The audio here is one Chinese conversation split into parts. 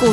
股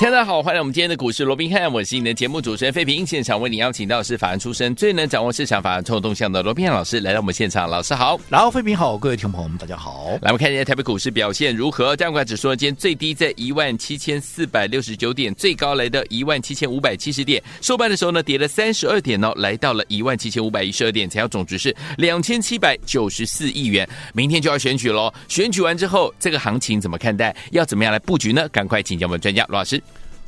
大家好，欢迎来我们今天的股市罗宾汉，我是你的节目主持人费平。现场为你邀请到的是法案出身、最能掌握市场法案冲动向的罗宾汉老师来到我们现场，老师好。然后，飞平好，各位听众朋友们，大家好。来，我们看一下台北股市表现如何？加权指数呢今天最低在17,469点，最高来到17,570点。收盘的时候呢，跌了32点哦，来到了17,512点，成交总值是2,794亿元。明天就要选举喽，选举完之后，这个行情怎么看待？要怎么样来布局呢？赶快请教我们专家罗老师。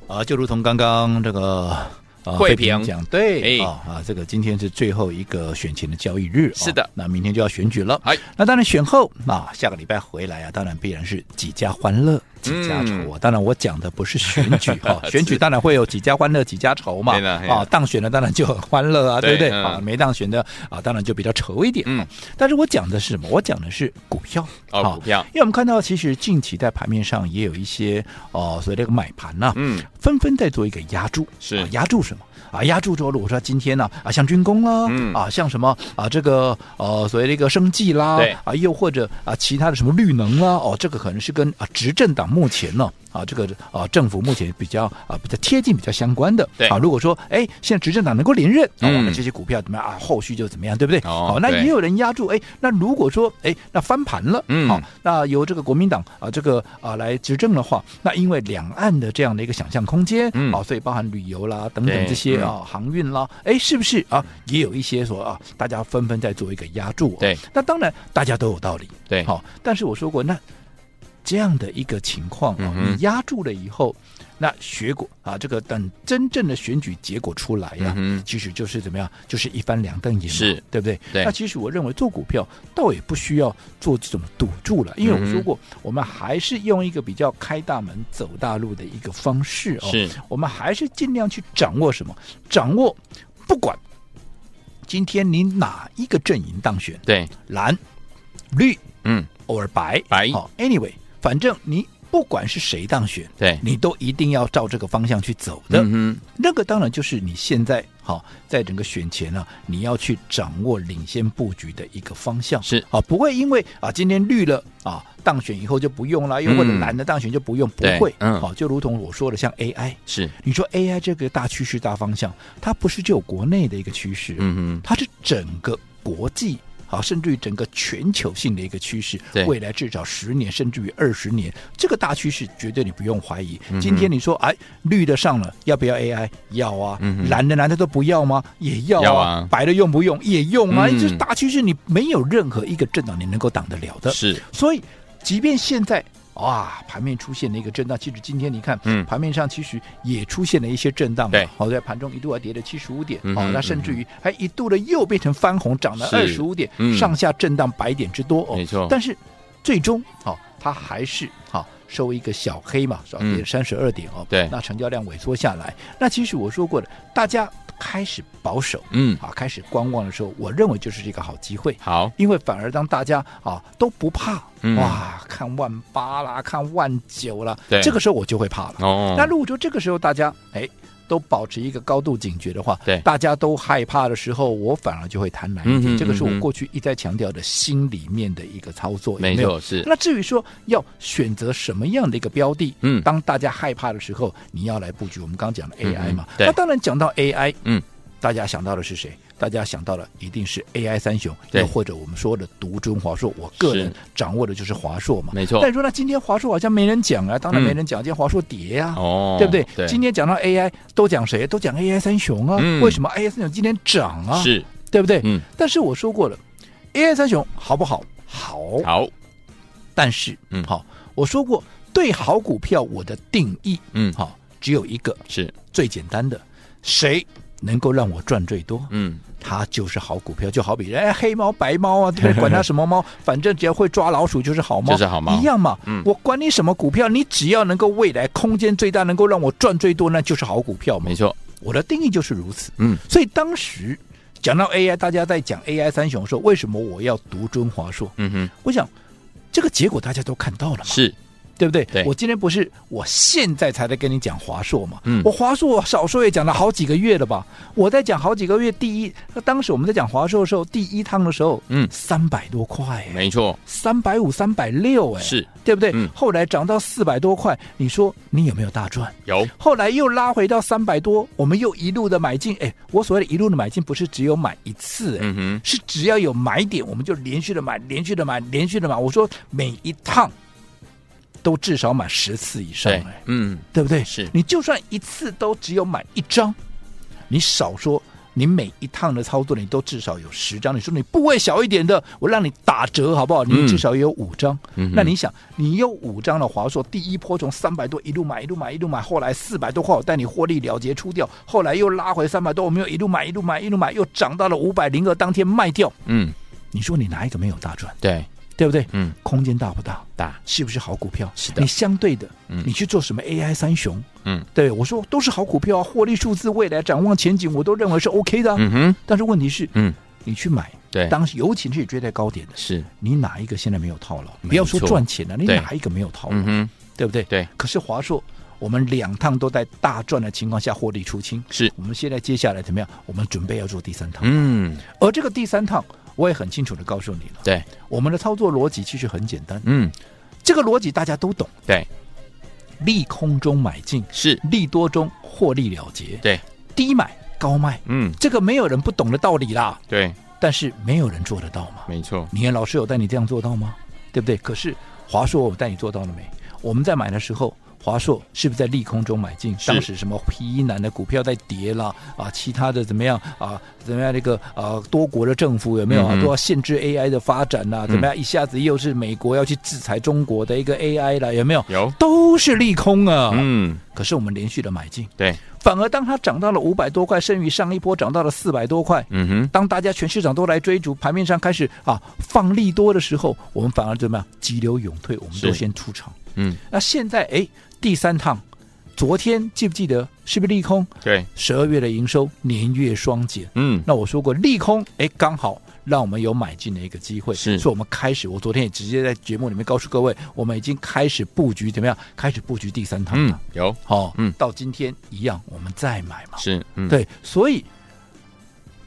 啊，就如同刚刚这个呃慧慧萍萍讲，对哎啊、啊，这个今天是最后一个选前的交易日，是的哦那明天就要选举了。哎那当然选后啊，下个礼拜回来啊，当然必然是几家欢乐。几家愁嗯啊！当然，我讲的不是选 举哈，选举当然会有几家欢乐几家愁嘛对啦嘿。啦啊，当选了当然就很欢乐啊，对不对对？嗯啊，没当选的啊，当然就比较愁一点。啊嗯，但是我讲的是什么？我讲的是股票哦啊股票因为我们看到，其实近期在盘面上也有一些哦，所谓这个买盘呐，嗯，纷纷在做一个压注，是啊、压注什么啊？压注之后，如果说今天呢啊像军工啦，嗯啊像什么啊这个呃所谓的一个生计啦，对啊又或者啊其他的什么绿能啦，哦这个可能是跟啊执政党目前呢。啊，这个啊，政府目前比较啊比较贴近、比较相关的。对啊，如果说哎，现在执政党能够连任，那、嗯我们这些股票怎么样啊？后续就怎么样，对不对？哦好，那对也有人压住，哎，那如果说哎，那翻盘了，嗯好，那由这个国民党啊，这个啊来执政的话，那因为两岸的这样的一个想象空间，嗯啊，所以包含旅游啦等对等这些嗯啊、航运啦，哎，是不是啊？也有一些说啊，大家纷纷在做一个压注、哦。对，那当然大家都有道理，对好、但是我说过，那这样的一个情况啊、嗯哼你压住了以后，那结果啊，这个等真正的选举结果出来啊呀、嗯哼其实就是怎么样，就是一翻两瞪眼嘛，是对不对？对那其实我认为做股票倒也不需要做这种赌注了，因嗯为我说过，我们还是用一个比较开大门走大路的一个方式哦。是我们还是尽量去掌握什么？掌握不管今天你哪一个阵营当选，对，蓝、绿嗯，偶尔白白好、a n y w a y 反正你不管是谁当选，对你都一定要照这个方向去走的。嗯那个当然就是你现在好、在整个选前啊，你要去掌握领先布局的一个方向是啊，不会因为啊今天绿了啊当选以后就不用了，又或者嗯蓝的当选就不用，对不会，嗯好、就如同我说的，像 AI，是，你说 AI 这个大趋势、大方向，它不是只有国内的一个趋势，嗯它是整个国际。啊，甚至于整个全球性的一个趋势对，未来至少十年，甚至于二十年，这个大趋势绝对你不用怀疑。嗯哼今天你说，哎，绿的上了，要不要 AI？要啊。嗯哼蓝的蓝的都不要吗？也要啊。要啊白的用不用？也用啊。嗯这是大趋势，你没有任何一个政党你能够挡得了哼，的。是，所以，即便现在哇，盘面出现了一个震荡，其实今天你看，嗯盘面上其实也出现了一些震荡嘛对，好、在盘中一度还跌了七十五点，嗯好、哼那甚至于还一度的又变成翻红，涨了二是十五点，嗯上下震荡百点之多哦，没错但是最终，好、它还是好、收一个小黑嘛，少嗯跌三十二点哦，对那成交量萎缩下来，那其实我说过的，大家开始保守。嗯，啊，开始观望的时候，我认为就是一个好机会。好，因为反而当大家啊都不怕，嗯哇，看万八啦，看万九啦，对这个时候我就会怕了。哦，那如果说这个时候大家哎都保持一个高度警觉的话，对大家都害怕的时候，我反而就会贪婪一嗯点。哼这个是嗯我哼过去一再强调的心里面的一个操作，有没有错，是，那至于说要选择什么样的一个标的，嗯当大家害怕的时候，你要来布局。我们刚刚讲的嗯 AI 嘛，对那当然讲到 AI，嗯，大家想到的是谁？大家想到的一定是 AI 三雄，对又或者我们说的独尊华硕。我个人是掌握的就是华硕嘛。没错但你说那今天华硕好像没人讲啊，当然嗯没人讲，今天华硕跌呀、哦，对不对？对，今天讲到 AI，都讲谁？都讲 AI 三雄啊。嗯为什么 AI 三雄今天涨啊？，是，对不对？嗯，但是我说过了，AI 三雄好不好？好好，但是，嗯好、我说过，对好股票我的定义，嗯，好、只有一个是，最简单的，谁能够让我赚最多，嗯，它就是好股票。就好比哎，黑猫白猫啊，对不对？ 管它什么猫，反正只要会抓老鼠就是好猫，就是好猫一样嘛。嗯我管你什么股票，你只要能够未来空间最大，能够让我赚最多，那就是好股票嘛没。错，我的定义就是如此。嗯，所以当时讲到 AI，大家在讲 AI 三雄说，为什么我要读中华硕？嗯哼，我想这个结果大家都看到了嘛，是对不对？对我今天不是我现在才在跟你讲华硕嘛，嗯我华硕少说也讲了好几个月了吧？我在讲好几个月，第一，当时我们在讲华硕的时候，第一趟的时候，嗯三百多块哎，没错，三百五、三百六哎，是对不对？嗯后来涨到四百多块，你说你有没有大赚？有后来又拉回到三百多，我们又一路的买进。哎，我所谓的一路的买进，不是只有买一次，哎、嗯哼是只要有买点，我们就连续的买，连续的买，连续的买。我说每一趟都至少买十次以上，对哎，，嗯对不对？是你就算一次都只有买一张，你少说。你每一趟的操作，你都至少有十张。你说你部位小一点的，我让你打折好不好？嗯你至少也有五张。嗯哼那你想，你有五张的华硕，第一波从三百多一路买一路买一路买，后来四百多块我带你获利了结出掉，后来又拉回三百多，我们又一路买一路买一路买，又涨到了五百零二，当天卖掉。嗯，你说你哪一个没有大赚？对，对不对？嗯，空间大不大？大是不是好股票？是的你相对的，嗯你去做什么 AI 三雄？嗯，对我说都是好股票啊，获利数字、未来展望前景，我都认为是 OK 的啊、嗯哼，但是问题是，嗯，你去买，对，当时尤其是追在高点的，是，你哪一个现在没有套牢？没错不要说赚钱了、你对哪一个没有套牢？嗯哼，对不对？对。可是华硕，我们两趟都在大赚的情况下获利出清。是，我们现在接下来怎么样？我们准备要做第三趟，嗯，而这个第三趟，我也很清楚的告诉你了，对，我们的操作逻辑其实很简单，嗯，这个逻辑大家都懂，对，利空中买进，是，利多中获利了结，对，低买高卖，嗯，这个没有人不懂的道理啦，对，但是没有人做得到嘛。没错，你看老师有带你这样做到吗？对不对？可是华硕我带你做到了没？我们在买的时候，华硕是不是在利空中买进？是当时什么 P 一男的股票在跌啦，啊，其他的怎么样啊？怎么样？那个啊，多国的政府有没有啊嗯？哼嗯都要限制 AI 的发展啦、怎么样？一下子又是美国要去制裁中国的一个 AI 啦，有没有？有，都是利空啊。嗯，可是我们连续的买进，对，反而当它涨到了五百多块，剩余上一波涨到了四百多块，嗯哼，当大家全市场都来追逐，盘面上开始啊放利多的时候，我们反而怎么样急流勇退，我们是都先出场。嗯，那现在哎，第三趟，昨天记不记得是不是利空？对，十二月的营收年月双减，嗯，那我说过利空，哎，刚好让我们有买进的一个机会，是所以我们开始，我昨天也直接在节目里面告诉各位，我们已经开始布局怎么样？开始布局第三趟嗯了。，有，好、嗯到今天一样，我们再买嘛。是，嗯，，对，所以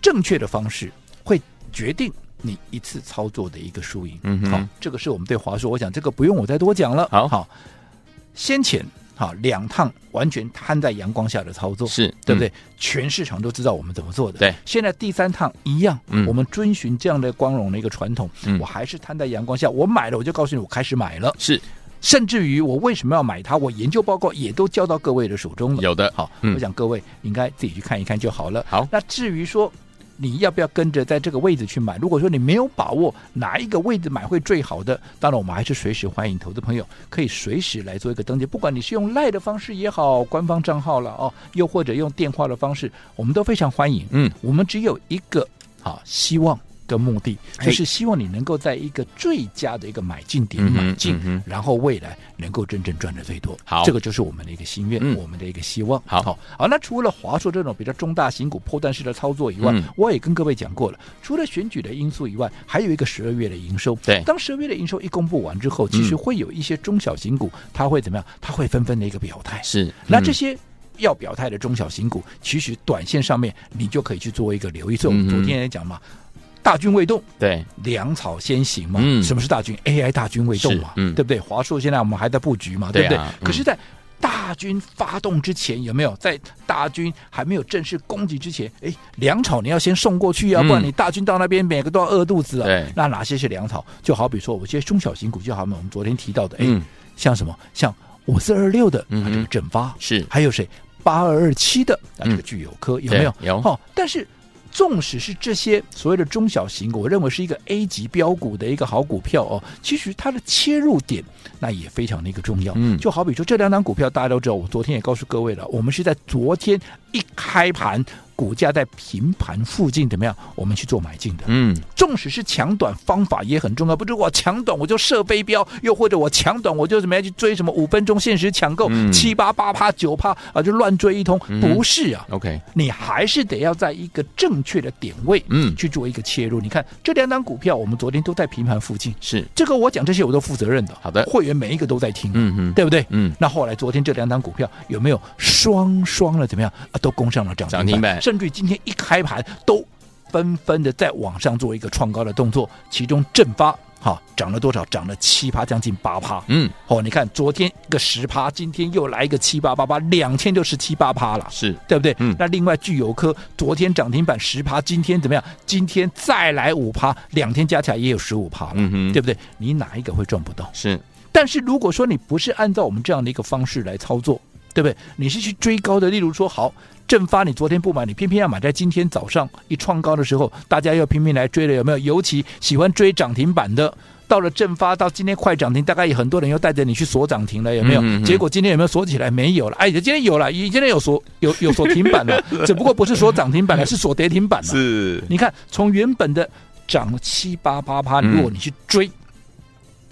正确的方式会决定你一次操作的一个输赢。嗯哼好，这个是我们对华硕，我想这个不用我再多讲了。好先前好两趟完全摊在阳光下的操作，是，对不对？？全市场都知道我们怎么做的。嗯对，现在第三趟一样，嗯我们遵循这样的光荣的一个传统，嗯我还是摊在阳光下，我买了我就告诉你我开始买了，是甚至于我为什么要买它，我研究报告也都交到各位的手中了。有的，好，嗯我想各位应该自己去看一看就好了。好那至于说你要不要跟着在这个位置去买，如果说你没有把握哪一个位置买会最好的，当然我们还是随时欢迎投资朋友可以随时来做一个登记，不管你是用赖的方式也好，官方账号了哦，又或者用电话的方式，我们都非常欢迎。嗯，我们只有一个好希望。跟目的嘿就是希望你能够在一个最佳的一个买进点嗯哼买进，嗯哼然后未来能够真正赚的最多。好这个就是我们的一个心愿，嗯我们的一个希望。好好，好，那除了华硕这种比较中大型股破断式的操作以外，嗯我也跟各位讲过了，除了选举的因素以外，还有一个十二月的营收。对嗯当十二月的营收一公布完之后，其实会有一些中小型股，它会怎么样？它会纷纷的一个表态。是，那这嗯些。要表态的中小型股，其实短线上面你就可以去做一个留意。所以我嗯们哼昨天也讲嘛，大军未动，对，粮草先行嘛，嗯什么是大军？AI 大军未动嘛是，嗯对不对？华硕现在我们还在布局嘛，对对啊嗯不对？可是，在大军发动之前，有没有在大军还没有正式攻击之前，哎，粮草你要先送过去啊，嗯不然你大军到那边每个都要饿肚子啊。对那哪些是粮草？就好比说，我这些中小型股，就好比我们昨天提到的，哎，嗯，像什么，像五四二六的，啊嗯哼这个振发，是，还有谁？八二二七的啊，这个嗯具有科、有没有？对有哦，但是纵使是这些所谓的中小型股，我认为是一个 A 级标股的一个好股票哦，其实它的切入点那也非常的一个重要。嗯就好比说这两档股票，大家都知道，我昨天也告诉各位了，我们是在昨天一开盘股价在平盘附近怎么样，我们去做买进的。嗯，纵使是抢短，方法也很重要。不是我抢短我就射飞镖，又或者我抢短我就怎么样去追什么五分钟限时抢购嗯七八八趴九趴啊，就乱追一通。嗯不是啊， OK，你还是得要在一个正确的点位，嗯去做一个切入。你看这两档股票，我们昨天都在平盘附近，是，这个我讲这些我都负责任的。好的会员每一个都在听，嗯哼，对不对？嗯，那后来昨天这两档股票有没有双双的怎么样啊？都攻上了涨停涨停板甚至于今天一开盘都纷纷的在往上做一个创高的动作，其中正发。哈，涨了多少？涨了七趴，将近八趴。嗯，哦，你看昨天一个十趴，今天又来一个七八八八，两天就十七八趴了。是，对不对？嗯那另外聚友科昨天涨停板十趴，今天怎么样？今天再来五趴，两天加起来也有十五趴了，嗯哼对不对？你哪一个会赚不到？是，但是如果说你不是按照我们这样的一个方式来操作，对不对？你是去追高的，例如说，好，正发你昨天不买，你偏偏要买在今天早上一创高的时候，大家要拼命来追了，有没有？尤其喜欢追涨停板的。到了正发，到今天快涨停，大概有很多人又带着你去锁涨停了，有没有？嗯嗯嗯 结果今天有没有锁起来？没有了。哎，今天有了，今天有锁有有锁停板了， 只不过不是锁涨停板了，是锁跌停板了。是，你看，从原本的涨了七八八趴，嗯如果你去追，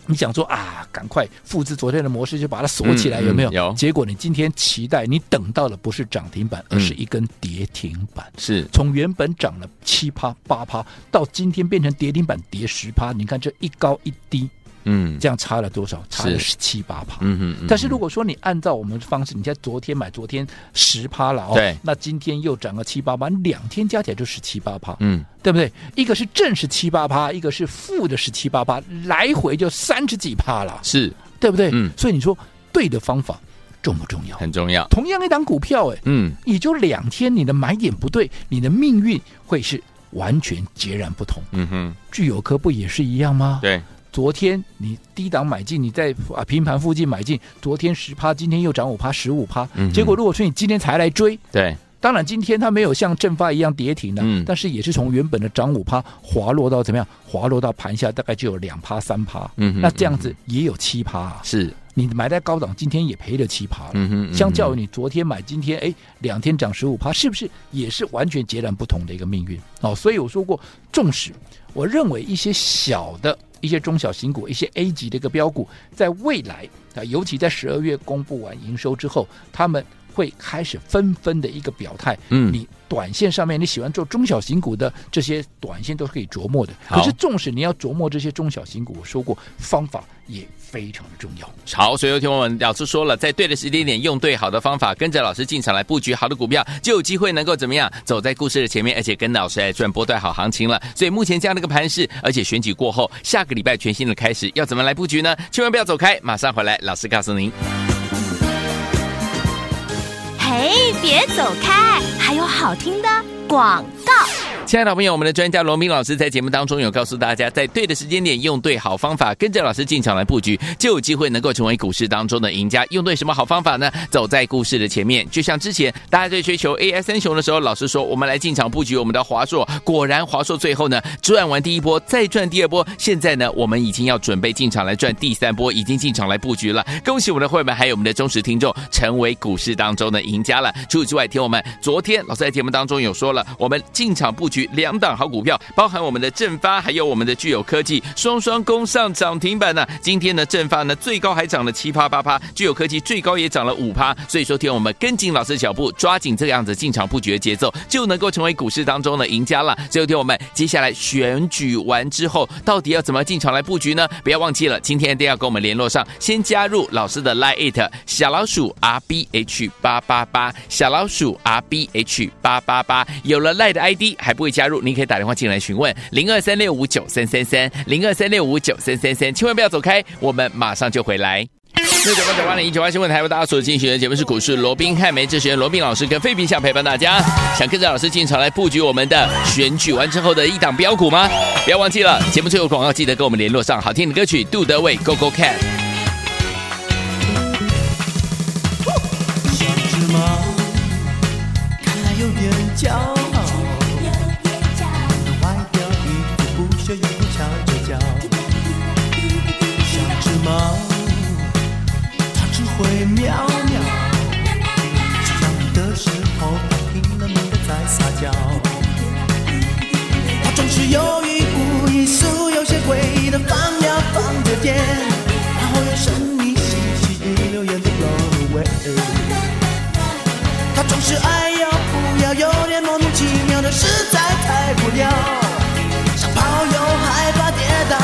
你想说啊，赶快复制昨天的模式，就把它锁起嗯来，嗯有没有？有结果你今天期待你等到的不是涨停板，嗯而是一根跌停板。是，从原本涨了七趴八趴，到今天变成跌停板跌十趴，你看这一高一低，嗯，这样差了多少？差了十七八趴。嗯哼，嗯但是如果果说你按照我们的方式，你在昨天买昨天十趴了哦，对那今天又涨个七八趴，两天加起来就十七八趴，嗯，对不对？一个是正十七八趴，一个是负的十七八趴，来回就三十几趴了，是对不对？嗯所以你说对的方法重不重要？很重要，同样一档股票，哎，嗯，你就两天，你的买点不对，你的命运会是完全截然不同。嗯哼，具有科不也是一样吗？对，昨天你低档买进，你在啊平盘附近买进，昨天十趴，今天又涨五趴、十五趴嗯哼，结果如果说你今天才来追，对，当然，今天它没有像正发一样跌停了，嗯但是也是从原本的涨五趴滑落到怎么样？滑落到盘下大概就有两趴三趴，嗯哼那这样子也有七趴、啊，是，你买在高档，今天也赔了七趴了。嗯哼，嗯哼相较于你昨天买，今天哎两天涨十五趴，是不是也是完全截然不同的一个命运？哦，所以我说过，纵使我认为一些小的。一些中小型股、一些 A 级的一个标股，在未来啊，尤其在十二月公布完营收之后，他们会开始纷纷的一个表态。嗯你短线上面你喜欢做中小型股的这些短线都是可以琢磨的。好可是，纵使你要琢磨这些中小型股，我说过方法也非常的重要。好，所以有听我们老师说了，在对的时间点用对好的方法，跟着老师进场来布局好的股票，就有机会能够怎么样走在故事的前面，而且跟老师来赚波段好行情了。所以目前这样的一个盘势，而且选举过后，下个礼拜全新的开始，要怎么来布局呢？千万不要走开，马上回来，老师告诉您。嘿，别走开，还有好听的广告。亲爱的朋友我们的专家罗明老师在节目当中有告诉大家，在对的时间点用对好方法，跟着老师进场来布局，就有机会能够成为股市当中的赢家。用对什么好方法呢？走在故事的前面。就像之前大家在追求 AI 三雄的时候，老师说我们来进场布局我们的华硕，果然华硕最后呢赚完第一波，再赚第二波。现在呢，我们已经要准备进场来赚第三波，已经进场来布局了。恭喜我们的会员们，还有我们的忠实听众，成为股市当中的赢家了。除此之外，听我们昨天老师在节目当中有说了，我们进场布局两档好股票，包含我们的正发，还有我们的具有科技，双双攻上涨停板呢、今天呢，正发呢最高还涨了七趴八趴，具有科技最高也涨了五趴。所以说，听我们跟紧老师的脚步，抓紧这个样子进场布局的节奏，就能够成为股市当中的赢家了。所以，听我们接下来选举完之后，到底要怎么进场来布局呢？不要忘记了，今天一定要跟我们联络上，先加入老师的 Line It 小老鼠 R B H 八八八，小老鼠 R B H 八八八。有了 Line 的 ID 还不会加入，您可以打电话进来询问零二三六五九三三三零二三六五九三三三，千万不要走开，我们马上就回来。六九八九八零一九八新闻台为大家所进行的节目是股市罗宾汉梅，这时罗宾老师跟费平想陪伴大家，想跟着老师进场来布局我们的选举完之后的一档标股吗？不要忘记了，节目最后广告记得跟我们联络上。好听的歌曲，杜德伟《Go Go Cat》。小芝麻，看来有点骄傲，外表一副不屑一顾翘着脚。小芝麻，它只会喵喵，紧张的时候它拼了命的在撒娇。间，然后用神秘兮兮的流言 blow away。他总是爱要不要，有点莫名其妙的，实在太无聊。想跑又害怕跌倒，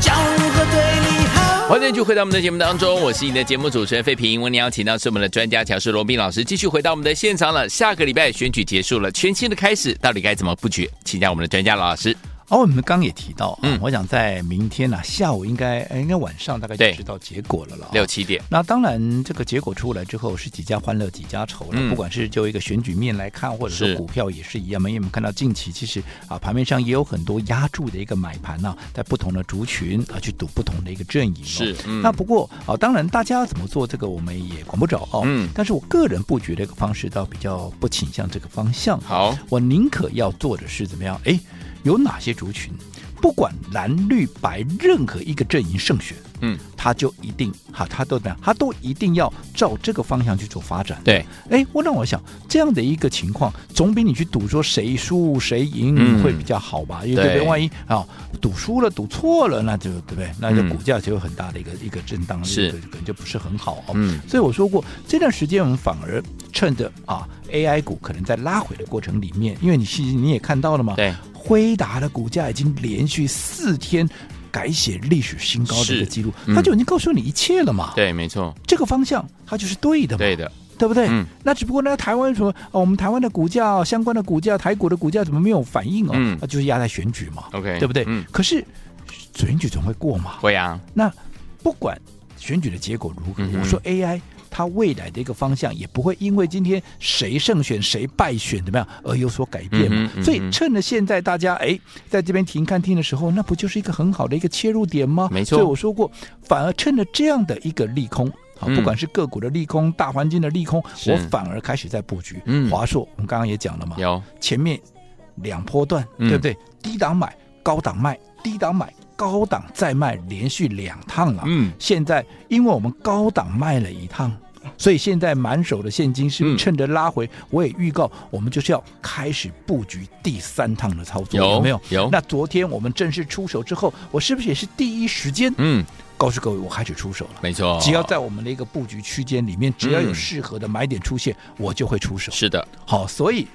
教如何对你好。欢迎继续回到我们的节目当中，我是你的节目主持人费平。为你邀请到是我们的专家乔师罗斌老师，继续回到我们的现场了。下个礼拜选举结束了，全新的开始，到底该怎么布局？请教我们的专家老师。哦，我们刚刚也提到，嗯嗯，我想在明天呢、下午应该，呃应该晚上大概对就知道结果了了、六七点，那当然，这个结果出来之后是几家欢乐几家愁了。嗯不管是就一个选举面来看，或者是说股票也是一样嘛。因为我们看到近期其实啊，盘面上也有很多压住的一个买盘呢、啊在不同的族群啊去赌不同的一个阵营、哦。是嗯那不过啊，当然大家要怎么做这个我们也管不着哦。嗯但是我个人布局的一个方式倒比较不倾向这个方向。好，我宁可要做的是怎么样？诶，有哪些族群？不管蓝绿白任何一个阵营胜选，嗯，他就一定哈，他都等，他都一定要照这个方向去做发展。对，哎，我让我想这样的一个情况，总比你去赌说谁输谁嗯赢会比较好吧？因为对对不对？万一啊、赌输了、赌错了，那就对不对？那就嗯股价就有很大的一个一个震荡，是一个可能就不是很好哦。嗯，所以我说过，这段时间我们反而趁着啊 AI 股可能在拉回的过程里面，因为你其实你也看到了嘛，对，辉达的股价已经连续四天改写历史新高的一是个记录，嗯它就已经告诉你一切了嘛。对，没错，这个方向它就是对的嘛，对的，对不对？嗯那只不过呢，台湾什么、哦我们台湾的股价、相关的股价、台股的股价怎么没有反应哦？嗯啊就是压在选举嘛 OK，对不对？嗯可是选举总会过嘛，会啊，那不管选举的结果如何，嗯哼我说 AI 它未来的一个方向也不会因为今天谁胜选谁败选怎么样而有所改变嗯嘛哼。嗯哼所以趁着现在大家哎在这边停看听的时候，那不就是一个很好的一个切入点吗？没错所以我说过，反而趁着这样的一个利空。好嗯不管是个股的利空、大环境的利空，是我反而开始在布局。嗯华硕，我们刚刚也讲了嘛，有，前面两波段，嗯对不对？低档买，高档卖，低档买，高档再卖，连续两趟了。嗯，现在因为我们高档卖了一趟，所以现在满手的现金是不嗯是趁着拉回？我也预告，我们就是要开始布局第三趟的操作，有没有？有那昨天我们正式出手之后，我是不是也是第一时间嗯，告诉各位我开始出手了？没错，只要在我们的一个布局区间里面，只要有嗯适合的买点出现，我就会出手。是的，好，所以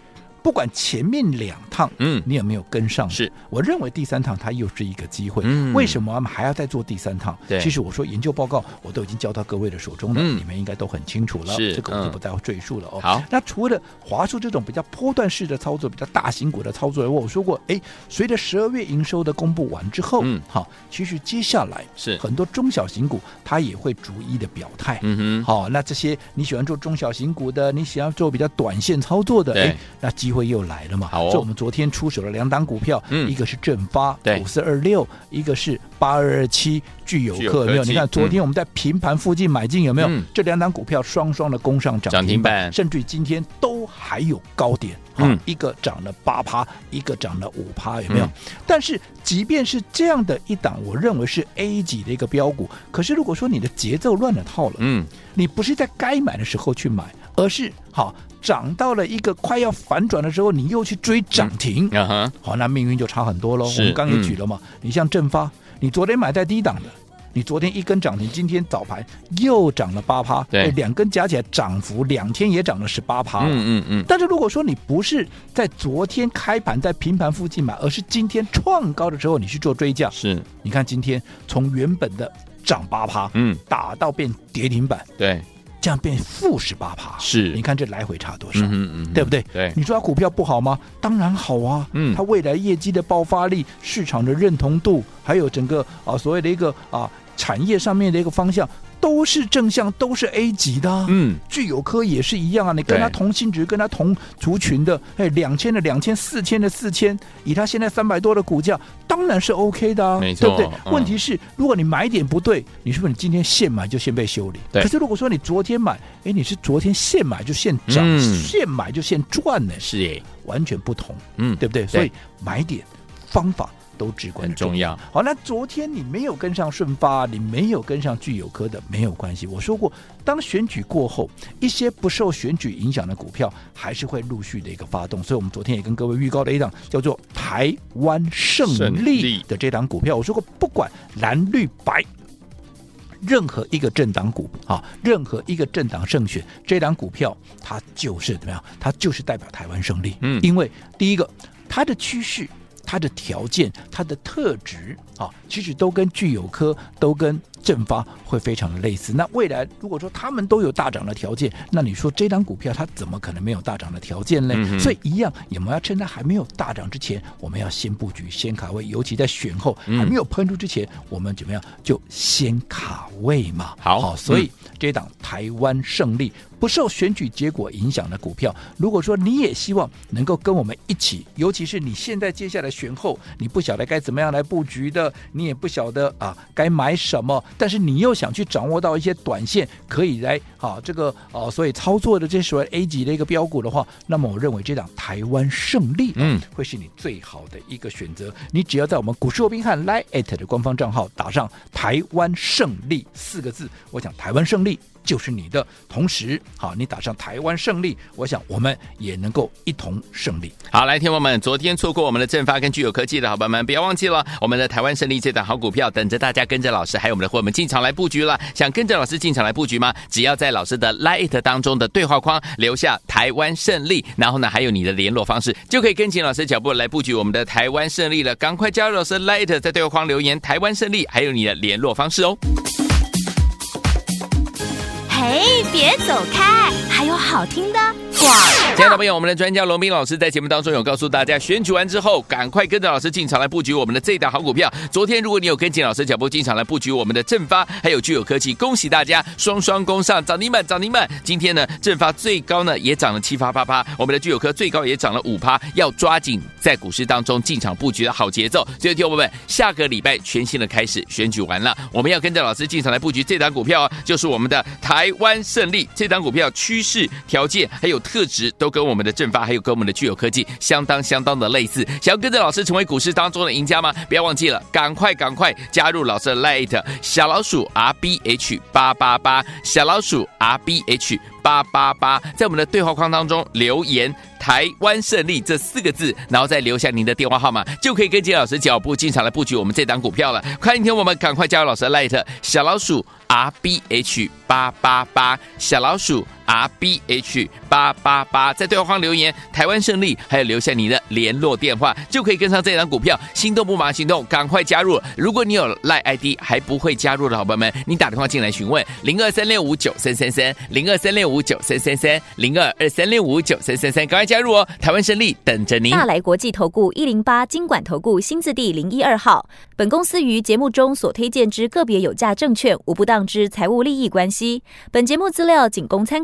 不管前面两趟，嗯你有没有跟上？是，我认为第三趟它又是一个机会。嗯为什么我们还要再做第三趟？对其实我说研究报告我都已经交到各位的手中了，嗯你们应该都很清楚了，是这个嗯我就不再赘述了哦。好那除了华硕这种比较波段式的操作、比较大型股的操作以外，我说过，哎，随着十二月营收的公布完之后，嗯好，其实接下来是很多中小型股它也会逐一的表态，嗯哼，好、那这些你喜欢做中小型股的，你喜欢做比较短线操作的，对哎，那机会又来了嘛。好哦所以我们昨天出手了两档股票，嗯一个是正发对五四二六，一个是八二二七具有具有客，科没有？你技看昨嗯天我们在平盘附近买进，有没有？嗯这两档股票双双的攻上涨涨停停板板，甚至于今天都还有高点。好嗯一个涨了八趴，一个涨了五趴，有没有？嗯但是即便是这样的一档，我认为是 A 级的一个标股，可是如果说你的节奏乱了套了，嗯，你不是在该买的时候去买，而是好涨到了一个快要反转的时候，你又去追涨停，啊哈，好，那命运就差很多喽。是我们刚也嗯举了嘛，你像正发，你昨天买在低档的。你昨天一根涨停，今天早盘又涨了八趴，对哎两根加起来涨幅两天也涨了十八趴。嗯嗯嗯，但是如果说你不是在昨天开盘在平盘附近买，而是今天创高的时候你去做追价，是，你看今天从原本的涨八趴，嗯，打到变跌停板，对，这样变负十八趴，是你看这来回差多少？嗯哼嗯哼，对不对？对你说它股票不好吗？当然好啊，嗯它未来业绩的爆发力、市场的认同度，还有整个啊所谓的一个啊产业上面的一个方向，都是正向，都是 A 级的、啊。嗯，具有科也是一样啊，你跟对它同性质、跟它同族群的，哎，两千的两千，四千的四千，以它现在三百多的股价，当然是 OK 的、啊，没错对不对？嗯问题是，如果你买点不对，你是不是你今天现买就先被修理？对可是如果说你昨天买，哎，你是昨天现买就现涨，嗯现买就现赚呢，是耶，完全不同，嗯，对不对？所以买点方法都至关很重要。好，那昨天你没有跟上顺发，你没有跟上具有科的，没有关系。我说过，当选举过后，一些不受选举影响的股票还是会陆续的一个发动。所以，我们昨天也跟各位预告了一档叫做台湾胜胜利利的这档股票。我说过，不管蓝绿白。任何一个政党股啊，任何一个政党胜选，这档股票它就是怎么样？它就是代表台湾胜利。嗯因为第一个，它的趋势。它的条件、它的特质啊，其实都跟具有科、都跟正发会非常的类似。那未来如果说他们都有大涨的条件，那你说这档股票它怎么可能没有大涨的条件呢？嗯哼所以一样，我们要趁它还没有大涨之前，我们要先布局、先卡位，尤其在选后嗯还没有喷出之前，我们怎么样就先卡位嘛？好所以嗯这档台湾胜利不受选举结果影响的股票，如果说你也希望能够跟我们一起，尤其是你现在接下来选后，你不晓得该怎么样来布局的，你也不晓得啊该买什么，但是你又想去掌握到一些短线可以来啊这个啊所以操作的这所谓 A 级的一个标股的话，那么我认为这档台湾胜利、嗯嗯，会是你最好的一个选择。你只要在我们股市罗宾汉 Line at 的官方账号打上“台湾胜利”四个字，我想台湾胜利就是你的。同时，好，你打上“台湾胜利”，我想我们也能够一同胜利。好，来，听众们，昨天错过我们的正发跟具有科技的好朋友们，不要忘记了，我们的台湾胜利这档好股票，等着大家跟着老师还有我们的伙伴们进场来布局了。想跟着老师进场来布局吗？只要在老师的 Lite 当中的对话框留下“台湾胜利”，然后呢，还有你的联络方式，就可以跟紧老师脚步来布局我们的台湾胜利了。赶快加入老师 Lite，在对话框留言“台湾胜利”，还有你的联络方式哦。嘿，别走开，还有好听的广。亲爱的朋友我们的专家罗斌老师在节目当中有告诉大家，选举完之后，赶快跟着老师进场来布局我们的这一档好股票。昨天如果你有跟紧老师脚步进场来布局我们的正发，还有具有科技，恭喜大家双双攻上涨停板，涨停板。今天呢，正发最高呢也涨了七八八八，我们的具有科最高也涨了五趴，要抓紧在股市当中进场布局的好节奏。所以，听众朋友们，下个礼拜全新的开始，选举完了，我们要跟着老师进场来布局这档股票、哦，就是我们的台湾胜利这档股票，趋势条件还有特质都跟我们的正发还有跟我们的具有科技相当相当的类似。想要跟着老师成为股市当中的赢家吗？不要忘记了，赶快赶快加入老师的 Lite 小老鼠 R B H 八八八小老鼠 R B H。八八八，在我们的对话框当中留言“台湾胜利”这四个字，然后再留下您的电话号码，就可以跟金老师脚步进场来布局我们这档股票了。快点，听我们赶快加入老师的 Light 小老鼠 R B H 八八八小老鼠 R B H 八八八，在对话框留言“台湾胜利”，还有留下您的联络电话，就可以跟上这档股票。心动不马上行动，赶快加入！如果你有 Line ID 还不会加入的好朋友们，你打电话进来询问零二三六五九三三三零二三六五九三三三零二二三六五九三三三，赶快加入哦！台湾胜利等着您。大来国际投顾一零八金管投顾新字第零一二号。本公司于节目中所推荐之个别有价证券，无不当之财务利益关系。本节目资料仅供参